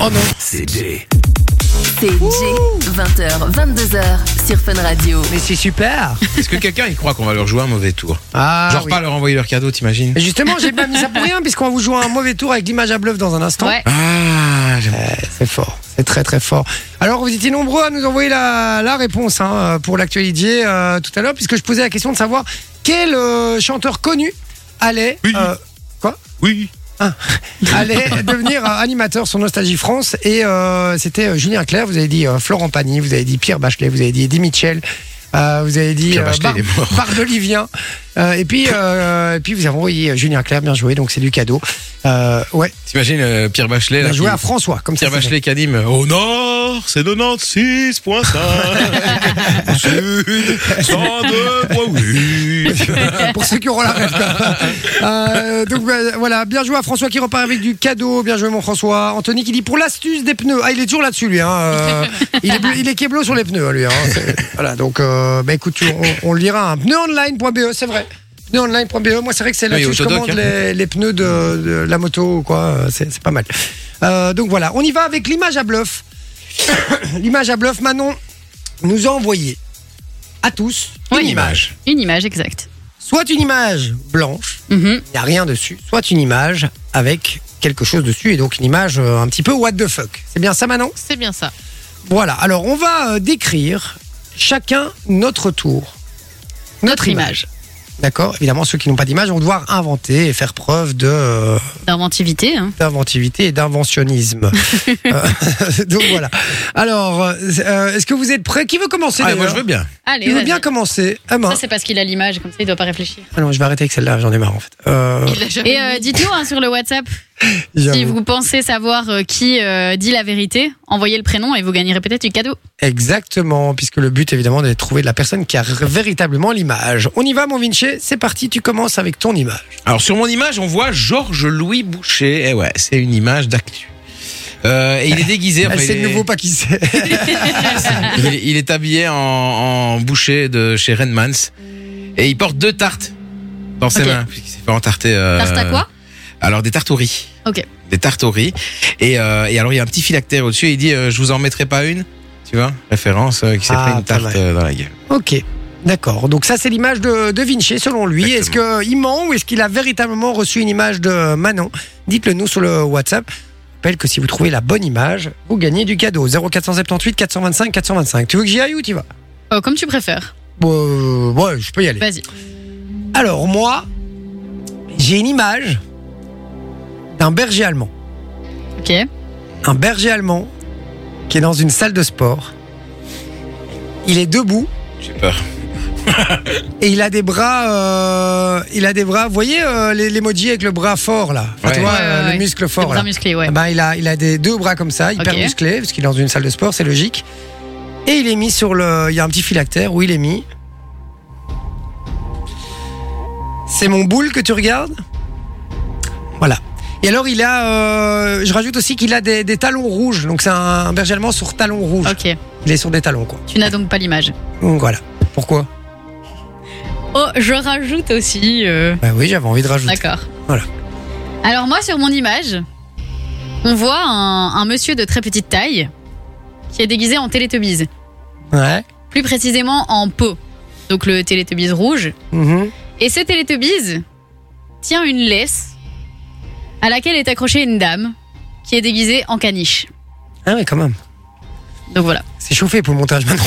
Oh non C'est Jay. C'est Jay, 20h, 22h sur Fun Radio. Mais c'est super Est-ce que quelqu'un y croit qu'on va leur jouer un mauvais tour Ah Genre oui. pas leur envoyer leur cadeau, t'imagines Mais Justement, j'ai pas mis ça pour rien, puisqu'on va vous jouer un mauvais tour avec l'image à bluff dans un instant. Ouais. Ah, j'aime C'est fort, c'est très très fort. Alors, vous étiez nombreux à nous envoyer la, la réponse hein, pour l'actualité euh, tout à l'heure, puisque je posais la question de savoir quel euh, chanteur connu allait, Oui. euh, Oui. allait devenir euh, animateur sur Nostalgie France. Et euh, c'était euh, Julien Clerc, vous avez dit euh, Florent Pagny, vous avez dit Pierre Bachelet, vous avez dit Eddie Mitchell. euh, vous avez dit Pierre Bachelet, Bar- il est mort. Bardolivien. Euh, et puis euh, et puis vous avez envoyé Julien Clerc, bien joué, donc c'est du cadeau. Euh, ouais, T'imagines euh, Pierre Bachelet on a là, joué qui- à François, comme ça. Pierre ça Bachelet qui anime euh, Au nord, c'est 96.5 Au sud, 102.8 pour ceux qui auront la rêve. Euh, donc bah, voilà, bien joué à François qui repart avec du cadeau. Bien joué mon François. Anthony qui dit pour l'astuce des pneus. Ah, il est toujours là-dessus lui. Hein. Euh, il, est, bleu- il est kéblo sur les pneus hein, lui. hein. C'est- Voilà, donc euh, bah, écoute, tu- on, on le lira. Hein. Pneuonline.be, c'est vrai. Pneuonline.be, E. moi c'est vrai que c'est là Oui, que je Autodoc, commande hein. les, les pneus de, de la moto ou quoi. Euh, C'est c'est pas mal. Euh, donc voilà, on y va avec l'image à bluff. l'image à bluff, Manon nous a envoyé à tous Oui. une image Une image exacte. soit une image blanche, Mhm. il n'y a rien dessus, soit une image avec quelque chose dessus, et donc une image euh, un petit peu what the fuck. C'est bien ça, Manon C'est bien ça. Voilà, alors on va euh, décrire chacun notre tour. Notre image. D'accord Évidemment, ceux qui n'ont pas d'image vont devoir inventer et faire preuve de, euh, D'inventivité. hein. d'inventivité et d'inventionnisme. Euh, donc voilà. Alors, euh, est-ce que vous êtes prêts Qui veut commencer Ah, d'ailleurs moi je veux bien. Allez, Qui veut vas-y. bien commencer Emma. Ça, c'est parce qu'il a l'image, comme ça, il doit pas réfléchir. Ah non, je vais arrêter avec celle-là, j'en ai marre en fait. Euh, Il l'a jamais Et euh, dites-nous hein, sur le WhatsApp si j'avoue. vous pensez savoir euh, qui euh, dit la vérité. Envoyez le prénom et vous gagnerez peut-être du cadeau. Exactement, puisque le but évidemment est de trouver de la personne qui a r- véritablement l'image. On y va, mon Vinci, c'est parti, tu commences avec ton image. Alors sur mon image, on voit Georges-Louis Boucher. Eh ouais, c'est une image d'actu. Euh, et il est déguisé. enfin, Elle il sait de est- nouveau pas qui Bah, c'est. Il, il est habillé en, en boucher de chez Renmans et il porte deux tartes dans ses Ok. mains puisqu'il s'est fait entarter. euh, Tarte à quoi Alors des tartes au riz. Ok. Des tartes au riz. Et, euh, et alors il y a un petit phylactère au-dessus et il dit euh, je vous en mettrai pas une. Tu vois Référence euh, qui s'est Ah, pris une pas tarte mal. euh, dans la gueule. Ok, d'accord. Donc ça c'est l'image de, de Vinci selon lui. Est-ce Exactement. qu'il ment ou est-ce qu'il a véritablement reçu une image de Manon Dites-le nous sur le WhatsApp. Je rappelle que si vous trouvez la bonne image, vous gagnez du cadeau. 0478 425 425. Tu veux que j'y aille ou tu vas Euh, Comme tu préfères. Bon, euh, Ouais, je peux y aller. Vas-y. Alors moi, j'ai une image d'un berger allemand. Ok. un berger allemand qui est dans une salle de sport. Il est debout J'ai peur. et il a des bras. euh, il a des bras. Vous voyez euh, les l'emoji avec le bras fort là. Enfin, Ouais. tu vois, Ouais, ouais, euh, le ouais. muscle C'est fort là. musclé, ouais. Eh ben, il a il a des deux bras comme ça, hyper Ok. musclé parce qu'il est dans une salle de sport, c'est logique. Et il est mis sur le. Il y a un petit phylactère où il est mis. C'est mon boule que tu regardes. Voilà. Et alors il a, euh, je rajoute aussi qu'il a des, des talons rouges, donc c'est un, un berger allemand sur talons rouges. Ok. Il est sur des talons, quoi. Tu n'as donc pas l'image. Donc voilà. Pourquoi Oh, je rajoute aussi. euh, Bah oui, j'avais envie de rajouter. D'accord. Voilà. Alors moi, sur mon image, on voit un, un monsieur de très petite taille qui est déguisé en Teletubbies, Ouais. plus précisément en peau, donc le Teletubbies rouge. Mhm. Et ce Teletubbies tient une laisse à laquelle est accrochée une dame qui est déguisée en caniche. Ah ouais, quand même. Donc voilà. C'est chauffé pour le montage maintenant.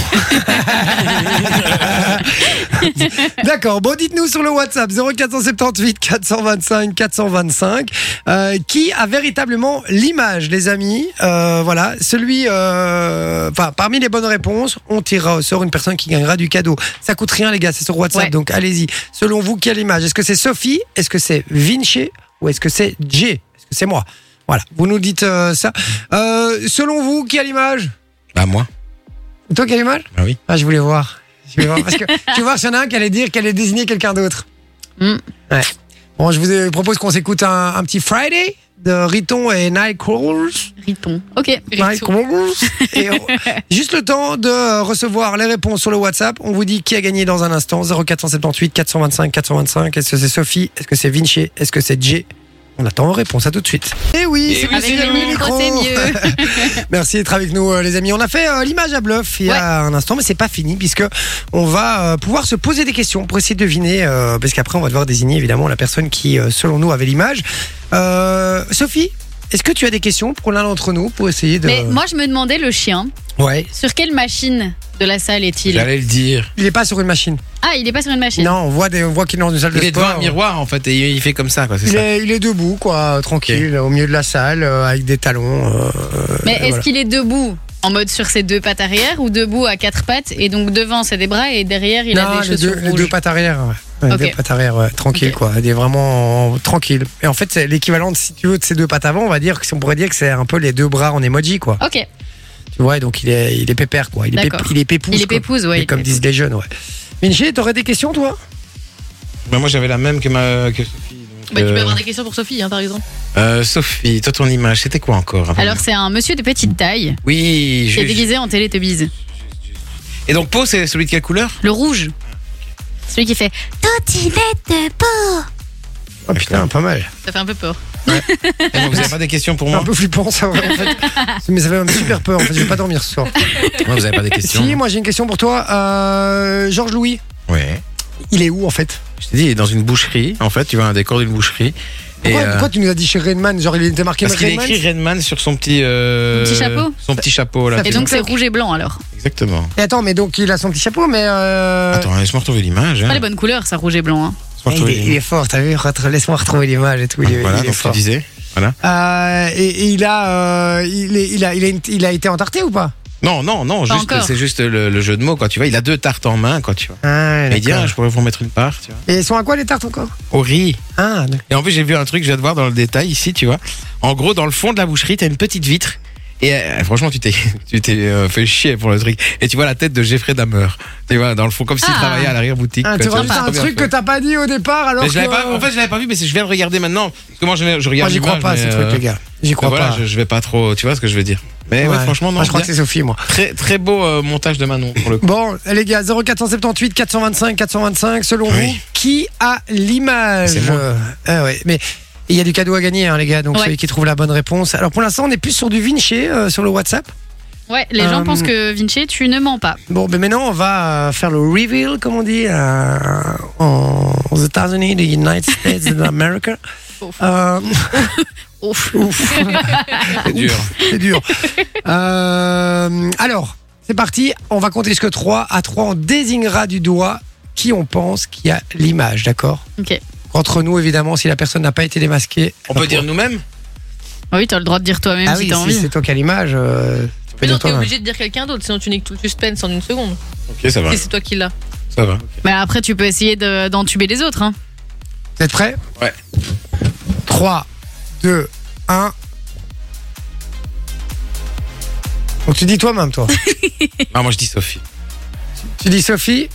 D'accord. Bon, dites-nous sur le WhatsApp 0478 425 425 euh, qui a véritablement l'image, les amis. Euh, voilà, celui, euh, enfin, parmi les bonnes réponses, on tirera au sort une personne qui gagnera du cadeau. Ça coûte rien, les gars. C'est sur WhatsApp, Ouais. donc allez-y. Selon vous, quelle image Est-ce que c'est Sophie Est-ce que c'est Vinci Ou est-ce que c'est Jay Est-ce que c'est moi Voilà. Vous nous dites euh, ça. Euh, selon vous, qui a l'image Bah moi. toi, quelle image Bah oui. Ah, je voulais voir. Je voulais voir. Parce que tu vois, il y en a un qui allait dire qu'elle allait désigner quelqu'un d'autre. Hmm. Ouais. Bon, je vous euh, propose qu'on s'écoute un, un petit Friday de Riton et Nightcrawlers. Riton. Ok. Nightcrawlers. Et on- juste le temps de euh, recevoir les réponses sur le WhatsApp. On vous dit qui a gagné dans un instant. 0478 425 425. Est-ce que c'est Sophie Est-ce que c'est Vinci Est-ce que c'est Jay On attend vos réponses, à tout de suite. Eh oui, Eh c'est oui, Lucie Avec Delon, le micro, c'est mieux. Merci d'être avec nous, euh, les amis. On a fait euh, l'image à bluff il y a un instant, mais c'est pas fini puisque on va euh, pouvoir se poser des questions pour essayer de deviner, euh, parce qu'après on va devoir désigner évidemment la personne qui, euh, selon nous, avait l'image. Euh, Sophie, est-ce que tu as des questions pour l'un d'entre nous pour essayer de Mais moi, je me demandais le chien. Ouais. Sur quelle machine de la salle est-il J'allais le dire. Il est pas sur une machine. Ah, il est pas sur une machine. Non, on voit des, on voit qu'il est dans une salle Il de est devant sport. un miroir en fait et il fait comme ça quoi, c'est Il ça. est, il est debout, quoi, tranquille, au milieu de la salle, euh, avec des talons. euh, euh, Mais et est-ce voilà. qu'il est debout en mode sur ses deux pattes arrière ou debout à quatre pattes et donc devant c'est des bras et derrière il Non, a des les deux, chaussures les rouges deux pattes arrière. ouais. Ouais, Ok. Les deux pattes arrière, ouais, tranquille, Ok. quoi. Il est vraiment euh, tranquille. Et en fait, c'est l'équivalent, de, si tu veux, de ces deux pattes avant, on va dire que on pourrait dire que c'est un peu les deux bras en emoji, quoi. Ok, Tu vois, et donc il est, il est pépère, quoi. Il est, pép- D'accord. il est pépouze. il est quoi. pépouze, Et ouais. il comme est disent les jeunes, ouais. Vinci, t'aurais des questions, toi Ah, Bah, moi j'avais la même que ma que Sophie. donc, Bah, tu euh, peux avoir des questions pour Sophie, hein, par exemple. euh, Sophie, toi ton image c'était quoi encore avant pépouze. Alors c'est un monsieur de petite taille oui. qui est je- déguisé en Teletubbies. Et donc Po c'est celui de quelle couleur Le rouge. Celui qui fait Oh putain, pas mal. Ça fait un peu peur. Eh ben, Vous avez pas des questions pour C'est moi un peu flippant, ça, ouais, en fait. Mais ça fait même super peur, en fait. Je vais pas dormir ce soir. Ouais, Vous avez pas des questions Si, moi j'ai une question pour toi. Euh, Georges Louis, Ouais. il est où, en fait Je t'ai dit, il est dans une boucherie. En fait, tu vois un décor d'une boucherie. Et, pourquoi, euh, pourquoi tu nous as dit chez Rainman Genre, il était marqué parce qu'il a Rainman écrit Redman sur son petit, euh, Son petit chapeau Son petit chapeau là. Ça et fait Euh, donc c'est TikTok. rouge et blanc alors. Exactement. Et attends, mais donc il a son petit chapeau, mais. Euh... Attends, laisse-moi retrouver Ah. l'image. Pas hein. les bonnes couleurs ça rouge et blanc. hein. Laisse-moi Eh, Il retrouver est, il est fort, t'as vu Retre- Laisse-moi retrouver l'image et tout. Il est, voilà, il est donc tu fort. disais. Euh, et, et il a, euh, il, est- il a, il a, une- il a été entarté ou pas Non, non, non, Pas juste, encore. c'est juste le, le jeu de mots, quoi. Tu vois, il a deux tartes en main, quoi, tu vois. ah, Et il dit, d'accord. ah, je pourrais vous en mettre une part, tu vois. Et ils sont à quoi les tartes encore Au riz. Ah, d'accord. Et en plus, j'ai vu un truc, je viens de voir dans le détail ici, tu vois. En gros, dans le fond de la boucherie, t'as une petite vitre. Et euh, franchement, tu t'es, tu t'es euh, fait chier pour le truc. Et tu vois la tête de Jeffrey Dahmer. Tu vois, dans le fond, comme s'il Ah. travaillait à l'arrière-boutique. Ah, quoi, tu tu vois, vois, juste c'est un trop bien truc que fait. t'as pas dit au départ alors Mais je que. l'avais pas, en fait, je l'avais pas vu, mais c'est- je viens de regarder maintenant. Parce que moi, je, je moi regarde. j'y crois l'image, pas ces mais, trucs, euh, les gars. J'y crois voilà, pas. Je, je vais pas trop, tu vois ce que je veux dire. Mais ouais, Ouais. franchement, non. Moi, je crois bien. que c'est Sophie, moi. Très, très beau euh, montage de Manon, pour le coup. Bon, les gars, 0478 425 425, selon Oui. vous, qui a l'image C'est moi. Ah ouais, mais il y a du cadeau à gagner, hein, les gars, donc Ouais. celui qui trouve la bonne réponse. Alors pour l'instant, on est plus sur du Vinci euh, sur le WhatsApp. Ouais, les gens Euh, pensent que Vinci tu ne mens pas. Bon, ben maintenant, on va euh, faire le reveal, comme on dit, euh, en- aux États-Unis, the United States of America. Ouf. Euh, Ouf. ouf, Ah, C'est dur. c'est dur. Euh, alors, c'est parti, on va compter jusque 3. À 3, on désignera du doigt qui on pense qui a l'image, d'accord Ok. Entre nous, évidemment, si la personne n'a pas été démasquée. On peut dire nous-mêmes Ah oui, t'as le droit de dire toi-même Ah si oui, t'as si envie. c'est toi qui as l'image, euh, tu peux Mais non, dire t'es toi-même. obligé de dire quelqu'un d'autre, sinon tu niques tout le suspense en une seconde. Ok, ça va. Et c'est toi qui l'as. Ça va. Mais Bah, après tu peux essayer de- d'entuber les autres. hein. Vous êtes prêts Ouais. 3, 2, 1. Donc tu dis toi-même, toi. Ah, moi je dis Sophie. tu dis Sophie.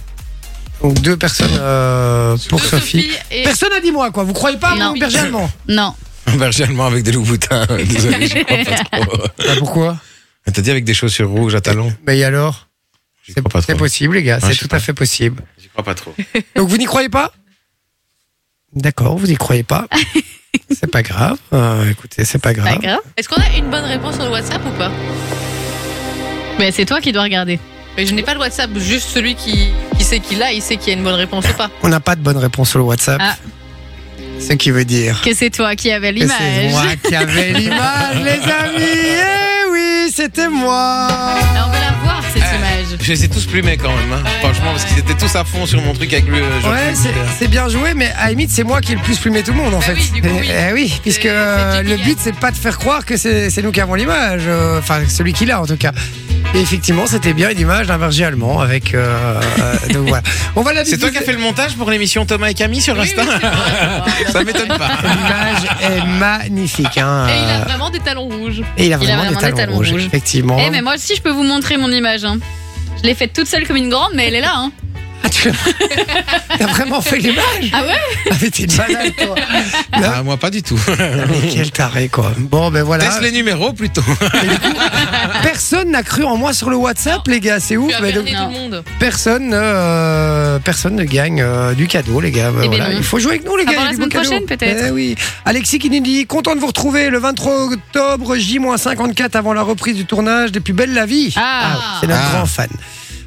Donc deux personnes euh, pour Sophie. et Personne n'a dit moi, quoi. Vous croyez pas à Non. mon berger allemand Non. Un berger allemand Bah, avec des loups boutins. Désolé, je crois pas trop. bah, Pourquoi T'as dit avec des chaussures rouges à talons Mais alors J'y C'est crois pas c'est trop. Ah, possible, les gars. je C'est sais tout pas. à fait possible. J'y crois pas trop. Donc vous n'y croyez pas D'accord, vous n'y croyez pas. C'est pas grave. Euh, écoutez, c'est pas grave. Pas grave. Hein Est-ce qu'on a une bonne réponse sur le WhatsApp ou pas Mais c'est toi qui dois regarder. Mais je n'ai pas le WhatsApp, juste celui qui, qui sait qu'il l'a, il sait qu'il y a une bonne réponse ou pas. On n'a pas de bonne réponse sur le WhatsApp. Ah. Ce qui veut dire. Que c'est toi qui avais que C'est l'image. moi qui avais l'image, les amis. Eh oui, c'était moi. Ah, On veut la voir cette Euh. Eh. image. Je les ai tous plumés quand même, hein. franchement, parce qu'ils étaient tous à fond sur mon truc avec le euh, jeu Ouais, de c'est- foot. c'est bien joué, mais à la limite, c'est moi qui ai le plus plumé tout le monde en Bah fait. oui, du coup, oui. Eh, eh oui, puisque c'est euh, Jimmy le Gagne. but, c'est pas de faire croire que c'est c'est nous qui avons l'image. euh, Enfin, celui qui l'a en tout cas. Et effectivement, c'était bien une image d'un berger allemand avec. euh, euh, donc voilà. On va la C'est toi qui as fait le montage pour l'émission Thomas et Camille sur Insta Ça m'étonne pas. L'image est magnifique. Hein. Et il a vraiment des talons rouges. Et il a vraiment, des, talons rouges, rouges. effectivement. Eh mais moi aussi je peux vous montrer mon image. hein. Je l'ai faite toute seule comme une grande, mais elle est là. Hein. Ah, tu tu T'as vraiment fait l'image Ah ouais Ah mais t'es une malade, toi. Non. Ah, moi, pas du tout. Mais quel taré, quoi. Bon, ben voilà. Teste les numéros plutôt. Personne n'a cru en moi sur le WhatsApp, les gars. C'est ouf. Tu as mais perdu donc, tout le monde. personne, euh, personne ne gagne euh, du cadeau, les gars. Ben Eh ben voilà. non. Il faut jouer avec nous, les Avant gars. il y a la du semaine beau cadeau. prochaine, peut-être. Eh oui. Alexis qui nous dit content de vous retrouver le 23 octobre, J-54 avant la reprise du tournage des plus belles la vie. Ah. c'est notre Ah. grand fan.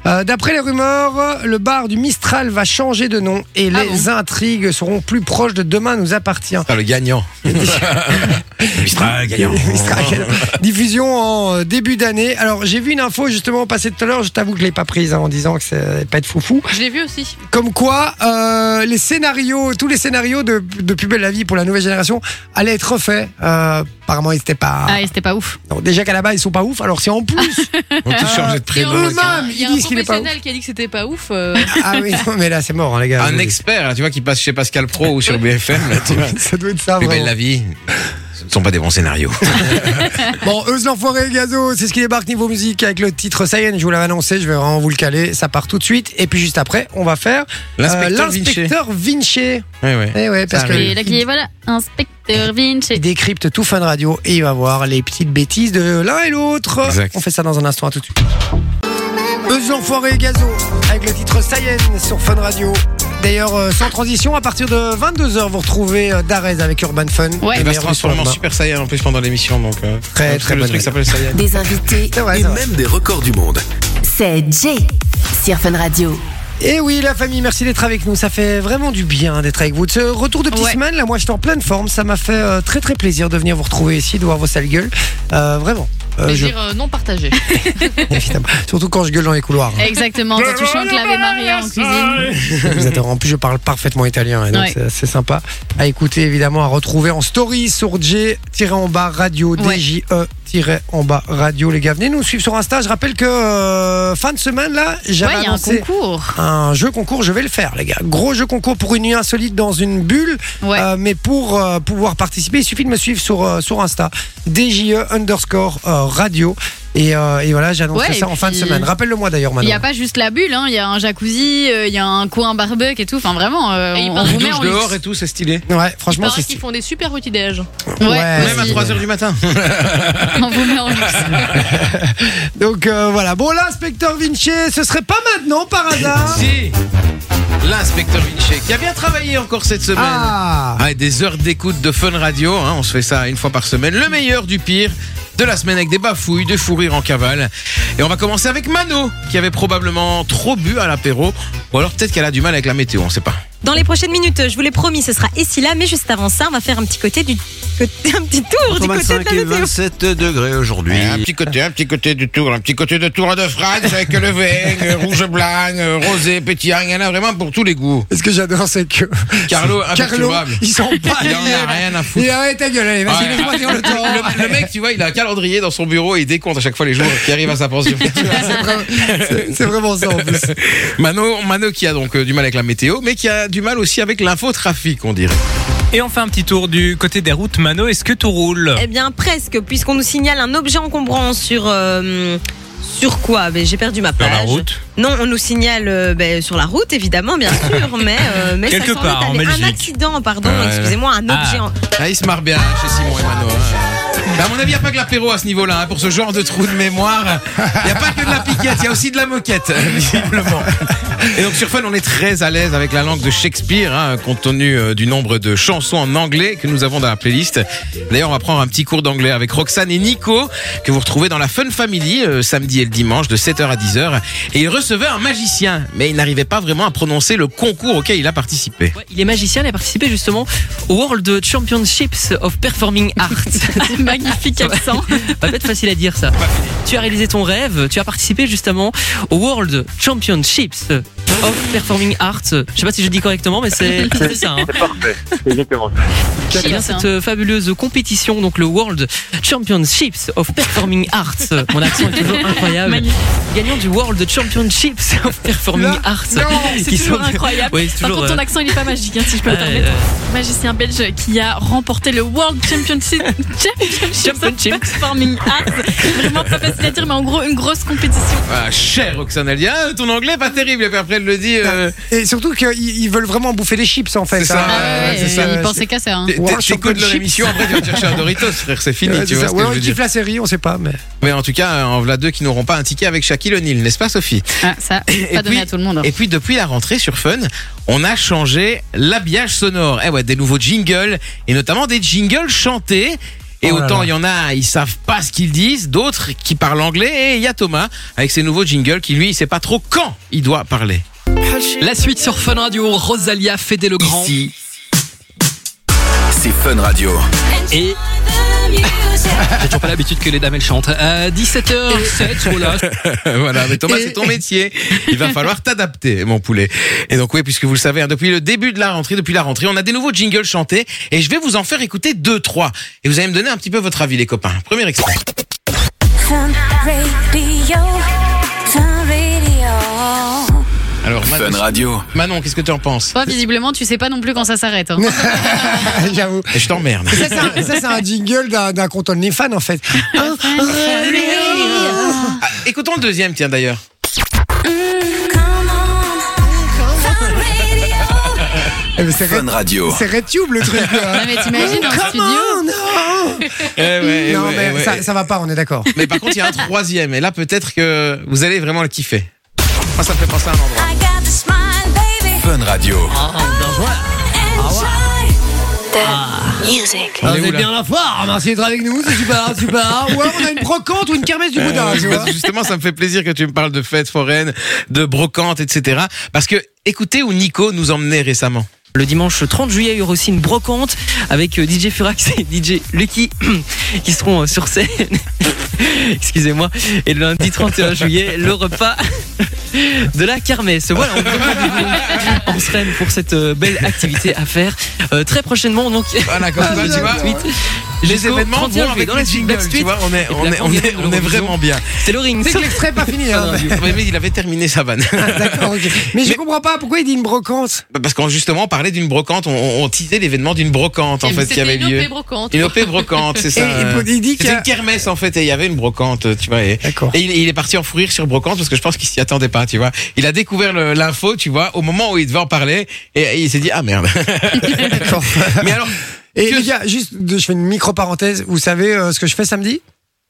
Euh, D'après les rumeurs, le bar du Mistral va changer de nom et Ah les intrigues seront plus proches de Demain nous appartient. Ah, le gagnant. Mistral, gagnant. Mistral, gagnant. Diffusion en euh, début d'année. Alors j'ai vu une info justement passer tout à l'heure, je t'avoue que je l'ai pas prise hein, en disant que c'est pas être foufou. Je l'ai vu aussi. Comme quoi, euh, les scénarios, tous les scénarios de, de Plus belle la vie pour la nouvelle génération allaient être refaits. Euh, apparemment ils n'étaient pas... Ah, et c'était pas ouf. Non, déjà qu'à la base ils sont pas ouf, alors si en plus... On Ah, peut changer de Et en prénom. plus, eux-mêmes, les gars. il y a ils un disent qu'il est pas professionnel qui a dit que c'était pas ouf. euh, ah oui, non, mais là c'est mort hein, les gars. Un expert, là, tu vois, qui passe chez Pascal Pro ou sur BFM. Là, tu vois. Ça doit être ça. Plus belle vraiment. la vie. Ce ne sont pas des bons scénarios. Bon, eux l'enfoiré Gazo, c'est ce qui débarque niveau musique avec le titre Ça y est, je vous l'avais annoncé, je vais vraiment vous le caler, ça part tout de suite. Et puis juste après, on va faire euh, L'inspecteur Vinci. l'inspecteur Vinci. Ouais, ouais. Eh ouais, parce Ça que arrive. Et là, qui est, voilà, inspecteur il Vinci. décrypte tout Fun Radio et il va voir les petites bêtises de l'un et l'autre. Exact. On fait ça dans un instant, à tout de suite. Eux l'enfoiré Gazo, avec le titre Ça y est, sur Fun Radio. D'ailleurs, euh, sans transition, à partir de 22h, vous retrouvez euh, Darez avec Urban Fun. Ouais. Il va se Meilleur transformer en ensemble. super saiyan en plus pendant l'émission. Donc, euh, Très, parce très que bonne Le truc idée. s'appelle saiyan. Des invités, C'est vrai, Et c'est vrai. même des records du monde. c'est Jay sur Fun Radio. Et Eh oui, la famille, merci d'être avec nous. Ça fait vraiment du bien d'être avec vous. Ce retour de petite Ouais. semaine, là, moi, j'étais en pleine forme. Ça m'a fait euh, très, très plaisir de venir vous retrouver ici, de voir vos sales gueules. Euh, vraiment. Euh, je- Plaisir euh, non partagé. évidemment. Surtout quand je gueule dans les couloirs. hein. Exactement, c'est touchant que l'avait Maria en cuisine. Vous êtes- en plus, je parle parfaitement italien, et donc Ouais. c'est assez sympa. À écouter, évidemment, à retrouver en story sur J-en-bas radio, Ouais. DJE-en-bas radio. Les gars, venez nous suivre sur Insta. Je rappelle que euh, fin de semaine, là, j'avais Ouais, il y a un annoncé concours. un jeu concours, je vais le faire, les gars. Gros jeu concours pour une nuit insolite dans une bulle. Ouais. Euh, mais pour euh, pouvoir participer, il suffit de me suivre sur, euh, sur Insta, DJE underscore euh, radio. Et, euh, et voilà, j'annonce Ouais, et ça en fin de puis- semaine. Rappelle-le-moi d'ailleurs, Il Manon. n'y a pas juste la bulle, hein, il y a un jacuzzi, euh, il y a un coin barbecue et tout. Enfin, vraiment, euh, Et il on, paraît- on Une vous met douche en dehors luxe. et tout, c'est stylé. Ouais, Il franchement, paraît c'est. qu'ils font des super petits déj. Ouais, Ouais, Même à c'est- 3h du matin. on vous met en luxe. Donc euh, voilà. Bon, l'inspecteur Vinci, ce serait pas maintenant par hasard. Si L'inspecteur Vinci, qui a bien travaillé encore cette semaine. Ah Ah, et des heures d'écoute de Fun Radio, hein, on se fait ça une fois par semaine, le meilleur du pire de la semaine avec des bafouilles, des fous rires en cavale. Et on va commencer avec Mano, qui avait probablement trop bu à l'apéro, ou alors peut-être qu'elle a du mal avec la météo, on sait pas. Dans les prochaines minutes, je vous l'ai promis, ce sera ici là, mais juste avant ça, on va faire un petit côté du côté- un petit tour du côté de la météo. 27 degrés aujourd'hui. Un petit côté, un petit côté du tour, un petit côté de tour de France avec le vin, rouge blanc, rosé, pétillant, il y en a vraiment pour tous les goûts. ce que j'adore, c'est que. Carlo, Carlo, imperturbable. ils sont pas Il en a rien à foutre. Et arrête ta gueule, allez, vas-y, Ouais. laisse-moi dire ben, le temps. Le, le mec, tu vois, il a un calendrier dans son bureau et il décompte à chaque fois les jours qui arrivent à sa pension. C'est vraiment- c'est- C'est vraiment ça en plus. Mano, Mano qui a donc euh, du mal avec la météo, mais qui a du mal aussi avec l'infotrafic, on dirait. Et on fait un petit tour du côté des routes. Mano, est-ce que tout roule Eh bien, presque, puisqu'on nous signale un objet encombrant sur. euh, sur quoi Ben, J'ai perdu ma page. Non, on nous signale euh, ben, sur la route, évidemment, bien sûr, mais, euh, mais Quelque ça s'en part, est en allé. Un Belgique. accident, pardon, Ouais. excusez-moi, un Ah. objet. en- Ah, il se marre bien hein, chez Simon et Mano. hein. Mais À mon avis, il n'y a pas que l'apéro à ce niveau-là. hein, Pour ce genre de trou de mémoire, il n'y a pas que de la piquette, il y a aussi de la moquette, visiblement. Et donc sur Fun, on est très à l'aise avec la langue de Shakespeare, hein, compte tenu euh, du nombre de chansons en anglais que nous avons dans la playlist. D'ailleurs, on va prendre un petit cours d'anglais avec Roxane et Nico, que vous retrouvez dans la Fun Family, euh, samedi et le dimanche, de 7h à 10h. Et il recevait un magicien, mais il n'arrivait pas vraiment à prononcer le concours auquel il a participé. Ouais, il est magicien, il a participé justement au World Championships of Performing Arts. Magnifique accent. Pas être facile à dire ça. Tu as réalisé ton rêve, tu as participé justement au World Championships of Performing Arts. Je sais pas si je dis correctement, mais c'est c'est ça. hein. Eh hein. bien, cette euh, fabuleuse compétition, donc le World Championships of Performing Arts. Mon accent est toujours incroyable. Magnifique. Gagnant du World Championships of Performing Arts. C'est Qui toujours sont- incroyable. Ouais, c'est Par toujours, contre, ton euh, accent, il est pas magique, hein, si je peux me ouais, permettre. euh, Magicien belge qui a remporté le World Championship, Championship of Championship. Performing Arts. Vraiment pas facile à dire, mais en gros, une grosse compétition. Ah, cher Roxane, elle dit, ah, ton anglais pas terrible. Et puis après, elle le le dis. euh, Et surtout qu'ils ils veulent vraiment bouffer les chips en fait. C'est ça, hein. Ah ouais, ouais, ouais, c'est ça, il c'est- pensait qu'à ça. hein. T'es War t'es- t'es Chocolate de leur Chips. émission, après tu vas chercher un Doritos, frère, c'est fini, Ouais, tu c'est vois ça. ce Ou que je alors veux ils dire. kiffent la série, on sait pas. Mais... Mais en tout cas, euh, en voilà deux qui n'auront pas un ticket avec Shaquille O'Neal, n'est-ce pas Sophie Ah, ça, pas donné puis- à tout le monde. hein. Et puis depuis la rentrée sur Fun, on a changé l'habillage sonore. Eh ouais, des nouveaux jingles et notamment des jingles chantés. Et Oh là autant là. il y en a, ils savent pas ce qu'ils disent, d'autres qui parlent anglais et il y a Thomas avec ses nouveaux jingles qui lui, il sait pas trop quand il doit parler. La suite sur Fun Radio, Rosalia Fédé le Grand. Ici, bah, c'est Fun Radio. Et. J'ai toujours pas l'habitude que les dames elles chantent. Euh, 17h07, voilà. voilà, mais Thomas, c'est ton métier. Il va falloir t'adapter, mon poulet. Et donc oui, puisque vous le savez, hein, depuis le début de la rentrée, depuis la rentrée, on a des nouveaux jingles chantés et je vais vous en faire écouter deux, trois. Et vous allez me donner un petit peu votre avis, les copains. Premier extrait. Fun Radio, Fun Radio. Alors, Fun Manon, Radio. Manon, qu'est-ce que tu en penses Toi, visiblement, tu sais pas non plus quand ça s'arrête. hein. J'avoue. Et je t'emmerde. Ça, c'est un- ça, c'est un jingle d'un d'un compte OnlyFans en fait. Ah, écoutons le deuxième, tiens d'ailleurs. Come on, Fun Radio. Eh, mais C'est Fun Red- Radio. c'est RedTube le truc. Non, Ah, mais t'imagines en Come studio on, non Non, mais ça, ça va pas, on est d'accord. Mais par contre, il y a un troisième. Et là, peut-être que vous allez vraiment le kiffer. Moi, ça me fait penser à un endroit. I got the smile, baby. Fun Radio. Enjoy the music. On est où, là la foire, merci d'être avec nous, c'est super, super. Ou alors on a une brocante ou une kermesse du boudin, tu vois. Parce que Justement, ça me fait plaisir que tu me parles de fêtes foraines, de brocantes, etc. Parce que, écoutez où Nico nous emmenait récemment. Le dimanche 30 juillet, il y aura aussi une brocante avec euh, DJ Furax et DJ Lucky qui seront euh, sur scène. Excusez-moi. Et le lundi 31 juillet, le repas de la kermesse. Voilà, on vous donne rendez-vous en Sereine pour cette euh, belle activité à faire euh, très prochainement. Donc, Voilà, comme ça, Ah, tu vois. Les Jusqu'au événements 31 vont juillet, avec dans les la suite jingles, Black tu Street. vois. On est, Et on puis est, la on est, conviviale on est de vraiment bien. c'est le ring. C'est que l'extrait est pas fini, hein. Ouais, Mais il avait terminé sa vanne. D'accord, ok. Mais je comprends pas pourquoi il dit une brocante. Bah, Parce qu'on justement on parlait d'une brocante, on, on teasait l'événement d'une brocante en fait qui avait lieu. Une OP brocante, c'est Et ça. il, euh. faut- il dit qu'il C'était y a- une kermesse en fait et il y avait une brocante, tu vois. Et, D'accord. et il, il est parti en fou rire sur brocante parce que je pense qu'il s'y attendait pas, tu vois. Il a découvert le- l'info, tu vois, au moment où il devait en parler et, et il s'est dit ah merde. D'accord. Mais alors Et Que- les gars, juste, de- je fais une micro parenthèse. Vous savez euh, ce que je fais samedi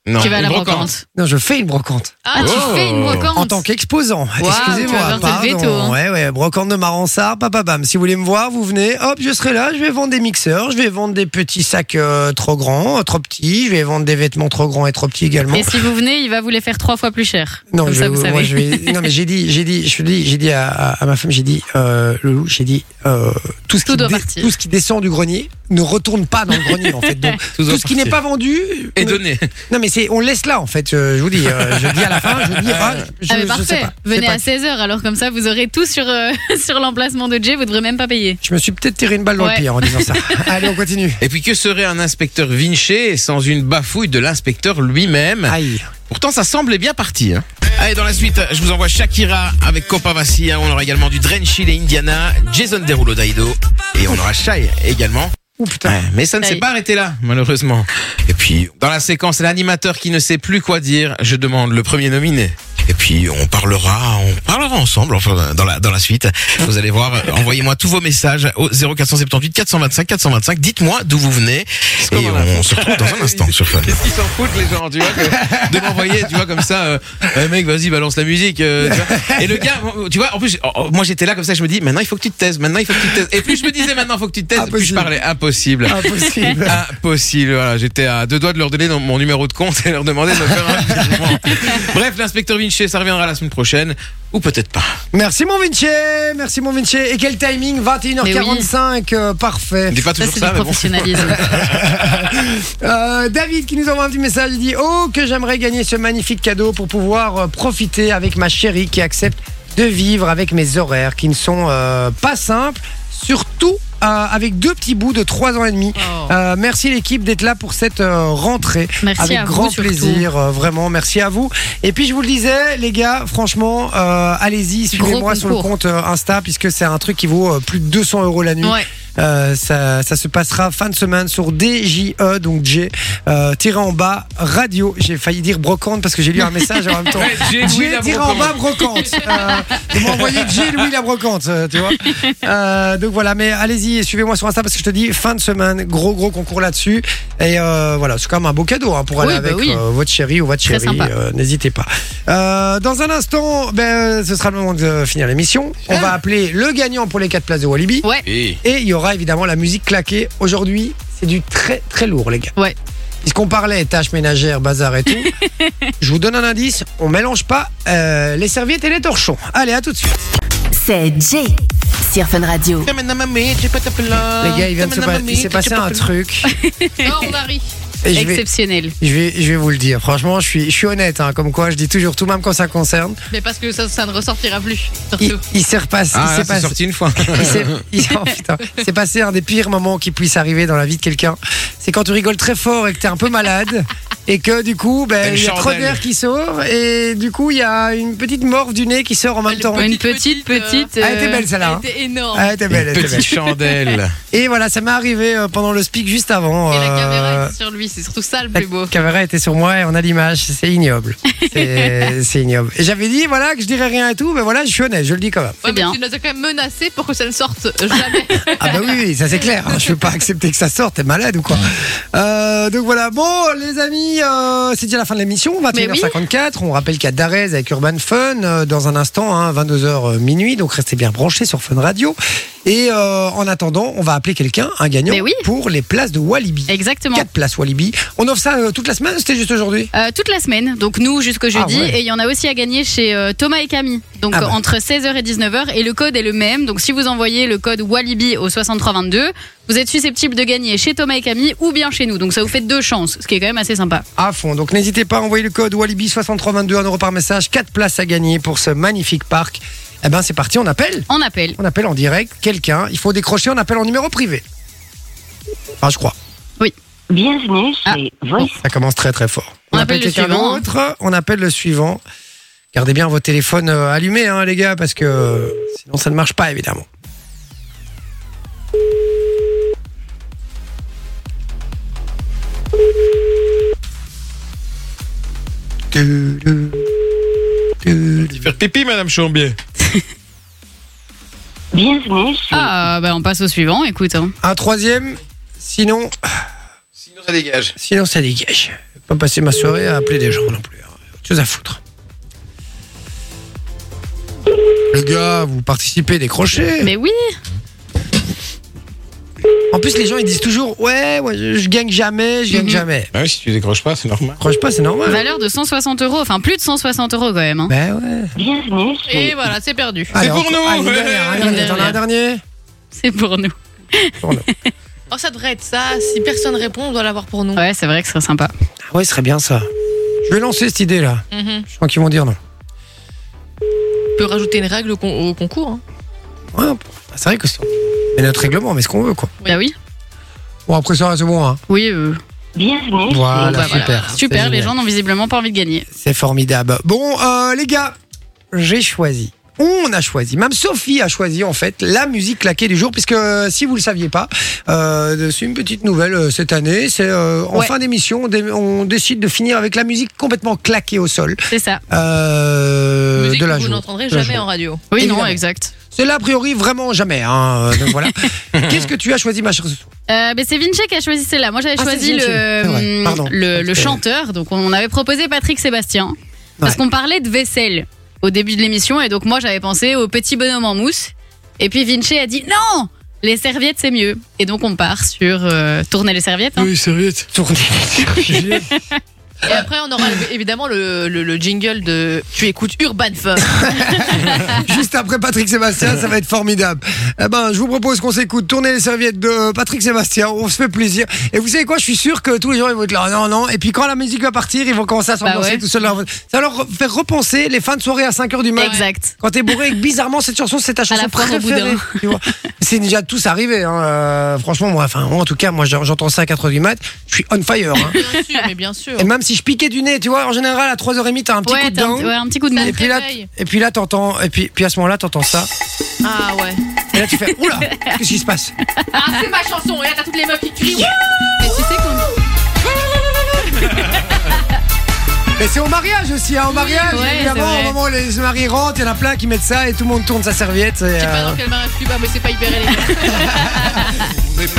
non. Tu vas à une la brocante. Non, je fais une brocante Ah, Oh. tu fais une en brocante. tant qu'exposant. Waouh, tu vas Excusez-moi, avoir tes pardon. veto, hein. Ouais, ouais, brocante de Marançard, papa bam. Si vous voulez me voir, vous venez. Hop, je serai là. Je vais vendre des mixeurs, je vais vendre des petits sacs euh, trop grands, euh, trop petits. Je vais vendre des vêtements trop grands et trop petits également. Et si vous venez, il va vous les faire trois fois plus cher. Non, Comme je, ça, vous moi, savez. je vais- non, mais j'ai dit, j'ai dit, je dis, j'ai dit à, à- à ma femme, j'ai dit, euh, Loulou, j'ai dit, euh, tout ce Tout qui doit dé- partir. tout ce qui descend du grenier ne retourne pas dans le grenier en fait. Donc Tout tout, doit ce qui n'est partir. pas vendu Et on- donné. Non, mais c'est, on laisse là en fait. euh, je vous dis, euh, je dis à la fin, je dis, ah, je, Ah, je mais sais parfait. pas. C'est Venez pas- à 16h, alors comme ça, vous aurez tout sur, euh, sur l'emplacement de Jay, vous devrez même pas payer. Je me suis peut-être tiré une balle dans Ouais. le pied en disant ça. Allez, on continue. Et puis que serait un inspecteur Vinci sans une bafouille de l'inspecteur lui-même Aïe. Pourtant, ça semblait bien parti. Hein. Allez, dans la suite, je vous envoie Shakira avec Copavasi. hein. On aura également du Drenchill et Indiana, Jason Derulo d'Aido. Et on aura Shai également. Ouh putain. Ouais, mais ça ne s'est Shai. pas arrêté là, malheureusement. Et puis, dans la séquence, l'animateur qui ne sait plus quoi dire, je demande le premier nominé. Et puis, on parlera, on parlera ensemble, enfin, dans la, dans la suite. Vous allez voir, euh, envoyez-moi tous vos messages au 0478 425 425. Dites-moi d'où vous venez. Et on se retrouve dans un instant sur Fun. Qu'est-ce qu'ils s'en foutent, les gens, tu vois, que- de m'envoyer, tu vois, comme ça, euh, Eh, mec, vas-y, balance la musique, euh, tu vois. Et le gars, tu vois, en plus, oh, oh, moi, j'étais là comme ça, je me dis, maintenant, il faut que tu te taises, maintenant, il faut que tu te taises. Et plus je me disais, maintenant, il faut que tu te taises, plus je Impossible. parlais, impossible. Impossible. Impossible. Voilà, j'étais à deux doigts de leur donner non- mon numéro de compte et leur demander de me faire un petit mouvement. Bref, l'inspecteur Vinci, ça reviendra la semaine prochaine. Ou peut-être pas. Merci mon Vinci, merci mon Vinci. Et quel timing 21h45, euh, parfait. On dit pas Ça, toujours c'est ça, du mais bon. professionnalisme. Euh, David qui nous envoie un petit message, il dit Oh, que j'aimerais gagner ce magnifique cadeau pour pouvoir euh, profiter avec ma chérie qui accepte de vivre avec mes horaires qui ne sont euh, pas simples, surtout euh, avec deux petits bouts de 3 ans et demi. Euh, merci l'équipe d'être là pour cette euh, rentrée. Oh. Merci avec à vous, grand surtout. plaisir, euh, vraiment, merci à vous. Et puis je vous le disais, les gars, franchement, euh, allez-y, Gros suivez-moi sur le concours. compte euh, Insta puisque c'est un truc qui vaut euh, plus de 200 euros la nuit. Ouais. Euh, ça, ça se passera fin de semaine sur DJE, donc J, euh, tiré en bas, radio. J'ai failli dire brocante parce que j'ai lu un message en même temps. Ouais, J, Louis la tiré en bas, brocante. Euh, ils m'ont envoyé J, Louis la brocante, euh, tu vois. Euh, donc voilà, mais allez-y et suivez-moi sur Insta parce que je te dis, fin de semaine, gros gros concours là-dessus. Et euh, voilà, c'est quand même un beau cadeau hein, pour aller Oui, bah avec oui. euh, votre chérie ou votre Très chérie. sympa. euh, N'hésitez pas. Euh, dans un instant, ben, euh, ce sera le moment de finir l'émission. On Ah. va appeler le gagnant pour les 4 places de Walibi. Ouais, Et Et il y aura évidemment la musique claquée. Aujourd'hui, c'est du très très lourd, les gars. Ouais. Puisqu'on parlait tâches ménagères, bazar et tout, je vous donne un indice on mélange pas euh, les serviettes et les torchons. Allez, à tout de suite. C'est Jay sur Fun Radio. Les gars, il vient de se pa- il s'est passé un truc. Non, Marie. Et je vais, exceptionnel. je, vais, je vais vous le dire. Franchement, je suis, je suis honnête. hein, comme quoi, je dis toujours tout, même quand ça concerne. Mais parce que ça, ça ne ressortira plus. Il, Surtout. il s'est repassé. il Ah, s'est là, c'est passé- sorti une fois. Il s'est- il s'est- oh, putain. C'est passé un des pires moments qui puisse arriver dans la vie de quelqu'un. C'est quand tu rigoles très fort et que t'es un peu malade. Et que du coup, Une ben, il y a trop chandelle. d'air qui sort. Et du coup, il y a une petite morve du nez qui sort en même temps. Elle est Elle Une petite, Petite, petite. petite, euh, était belle celle-là. hein. Elle était énorme. Elle était belle, elle était Petite belle. chandelle. Et voilà, ça m'est arrivé euh, pendant le speak juste avant. Et la euh, caméra était sur lui, c'est surtout ça le la plus beau. caméra était sur moi et on a l'image. C'est ignoble. C'est c'est ignoble. Et j'avais dit, voilà, que je dirais rien et tout. Mais voilà, je suis honnête, je le dis quand même. Ouais, mais bien. Tu nous as quand même menacé pour que ça ne sorte jamais. Ah bah oui, oui, ça c'est clair. Je peux pas accepter que ça sorte. T'es malade ou quoi Euh, Donc voilà. Bon, les amis, euh, c'est déjà la fin de l'émission. 21h54. On rappelle qu'il y a Darez avec Urban Fun euh, dans un instant, hein, 22h euh, minuit. Donc restez bien branchés sur Fun Radio. Et euh, en attendant, on va appeler quelqu'un, un gagnant, Mais oui. pour les places de Walibi. Exactement. Quatre places Walibi. On offre ça euh, toute la semaine. ou C'était juste aujourd'hui. Euh, toute la semaine, donc nous jusqu'au Ah jeudi, ouais. et il y en a aussi à gagner chez euh, Thomas et Camille, donc Ah euh, bah. entre 16h et 19h, et le code est le même, donc si vous envoyez le code Walibi au 6322, vous êtes susceptible de gagner chez Thomas et Camille ou bien chez nous, donc ça vous fait deux chances, ce qui est quand même assez sympa. À fond. Donc n'hésitez pas à envoyer le code Walibi 6322 1 euro par message. Quatre places à gagner pour ce magnifique parc. Eh ben c'est parti. On appelle. On appelle. On appelle en direct quelqu'un. Il faut décrocher, on appelle en numéro privé. Enfin, je crois. Bienvenue chez Voice. Ça commence très très fort. On, On appelle, appelle le quelqu'un suivant, d'autre. On appelle le suivant. Gardez bien vos téléphones euh, allumés, hein, les gars, parce que euh, sinon ça ne marche pas, évidemment. Du, du, du, du. Faire pipi, Madame Chambier. Bienvenue chez Ah bah on passe au suivant, écoute. hein. Un troisième, sinon Sinon, ça dégage. Sinon, ça dégage. Je vais Pas passer ma soirée à appeler des gens non plus. hein. Autre chose à foutre. Le gars, vous participez, décrochez. Mais oui, En plus, les gens ils disent toujours Ouais, ouais, je, je gagne jamais, je gagne Mhm. jamais. Bah oui, si tu décroches pas, c'est normal. Décroche pas, c'est normal. valeur de 160 euros, enfin plus de 160 euros quand même. hein. Ben ouais. Bienvenue Et chez voilà, c'est perdu. Allez, pour encore- nous, allez, une ouais. dernière, un Une dernier, dernière. t'en as un dernier C'est pour nous. Oh, ça devrait être ça. Si personne répond, on doit l'avoir pour nous. euh, Ouais, c'est vrai que ce serait sympa. Ah ouais, ce serait bien ça. Je vais lancer cette idée là. Mhm. Je crois qu'ils vont dire non. On peut rajouter une règle au, con- au concours. hein. Ouais, Ah, c'est vrai que c'est mais notre règlement, mais ce qu'on veut quoi. Bah oui, Bon, après ça, c'est bon. Hein. oui, euh, Bienvenue Voilà, bah voilà. super. C'est super, les génial. gens n'ont visiblement pas envie de gagner. C'est formidable. Bon, euh, les gars, j'ai choisi. On a choisi, même Sophie a choisi en fait la musique claquée du jour, puisque euh, si vous le saviez pas, euh, c'est une petite nouvelle euh, cette année. C'est euh, en Ouais. fin d'émission, on, dé- on décide de finir avec la musique complètement claquée au sol C'est ça. euh, Musique de la que vous journée. n'entendrez De la jamais hein. journée. en radio. Oui, Évidemment. non, exact. Cela a priori vraiment jamais. Hein, euh, donc voilà. Qu'est-ce que tu as choisi, ma chère Sophie Euh, ben, c'est Vinci qui a choisi celle-là. Moi, j'avais Ah, c'est choisi Vinci. le, C'est vrai. hum, Pardon. le, le C'est- chanteur. Donc, on avait proposé Patrick Sébastien. Parce Ouais. qu'on parlait de vaisselle au début de l'émission. Et donc, moi, j'avais pensé au petit bonhomme en mousse. Et puis, Vinci a dit non Les serviettes, c'est mieux. Et donc, on part sur euh, tourner les serviettes. hein. Tournée. Et après, on aura le- évidemment le, le- le jingle de Tu écoutes Urban Fun. Juste après Patrick Sébastien, ça va être formidable. Eh ben, je vous propose qu'on s'écoute tourner les serviettes de Patrick Sébastien. On se fait plaisir. Et vous savez quoi Je suis sûr que tous les gens ils vont être là. Non, non. Et puis quand la musique va partir, ils vont commencer à s'ambiancer Bah ouais. tout seuls. dans leur- Ça va leur faire repenser les fins de soirée à 5h du mat. Exact. Quand t'es bourré, et que bizarrement cette chanson c'est ta chanson la foire au préférée. boudin. tu vois. C'est déjà tous arrivé. Hein. Euh, franchement, moi, enfin, moi, en tout cas, moi, j'entends ça à 4h du mat. Je suis on fire. hein. Bien sûr, mais bien sûr. Et même si je piquais du nez, tu vois, en général à 3h30 t'as un petit ouais, coup de t'as un, dingue. ouais, un petit coup de Ça mou. Et puis là, réveille. et puis là, t'entends, et puis, puis à ce moment-là, t'entends ça. Ah ouais. Et Et là, tu fais Oula, qu'est-ce qui se passe Ah, c'est ma chanson. Et là, t'as toutes les meufs qui crient. Mais tu sais qu'on. Mais c'est au mariage aussi, hein, au mariage, ouais, c'est évidemment, vrai. au moment où les maris rentrent, il y en a plein qui mettent ça et tout le monde tourne sa serviette. et, Je sais pas euh, dans quel mariage tu vas, mais Bah, c'est pas hyper élégant.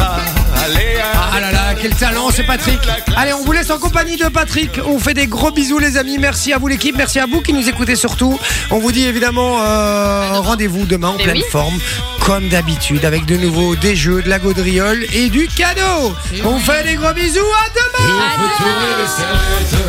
Ah là là, quel talent ce Patrick Allez, on vous laisse en compagnie de Patrick. On vous fait des gros bisous les amis. Merci à vous l'équipe, merci à vous qui nous écoutez surtout. On vous dit évidemment euh, rendez-vous demain en Mais pleine oui. forme, comme d'habitude, avec de nouveau des jeux, de la gaudriole et du cadeau. On vous fait des gros bisous, à demain tourner les serviettes.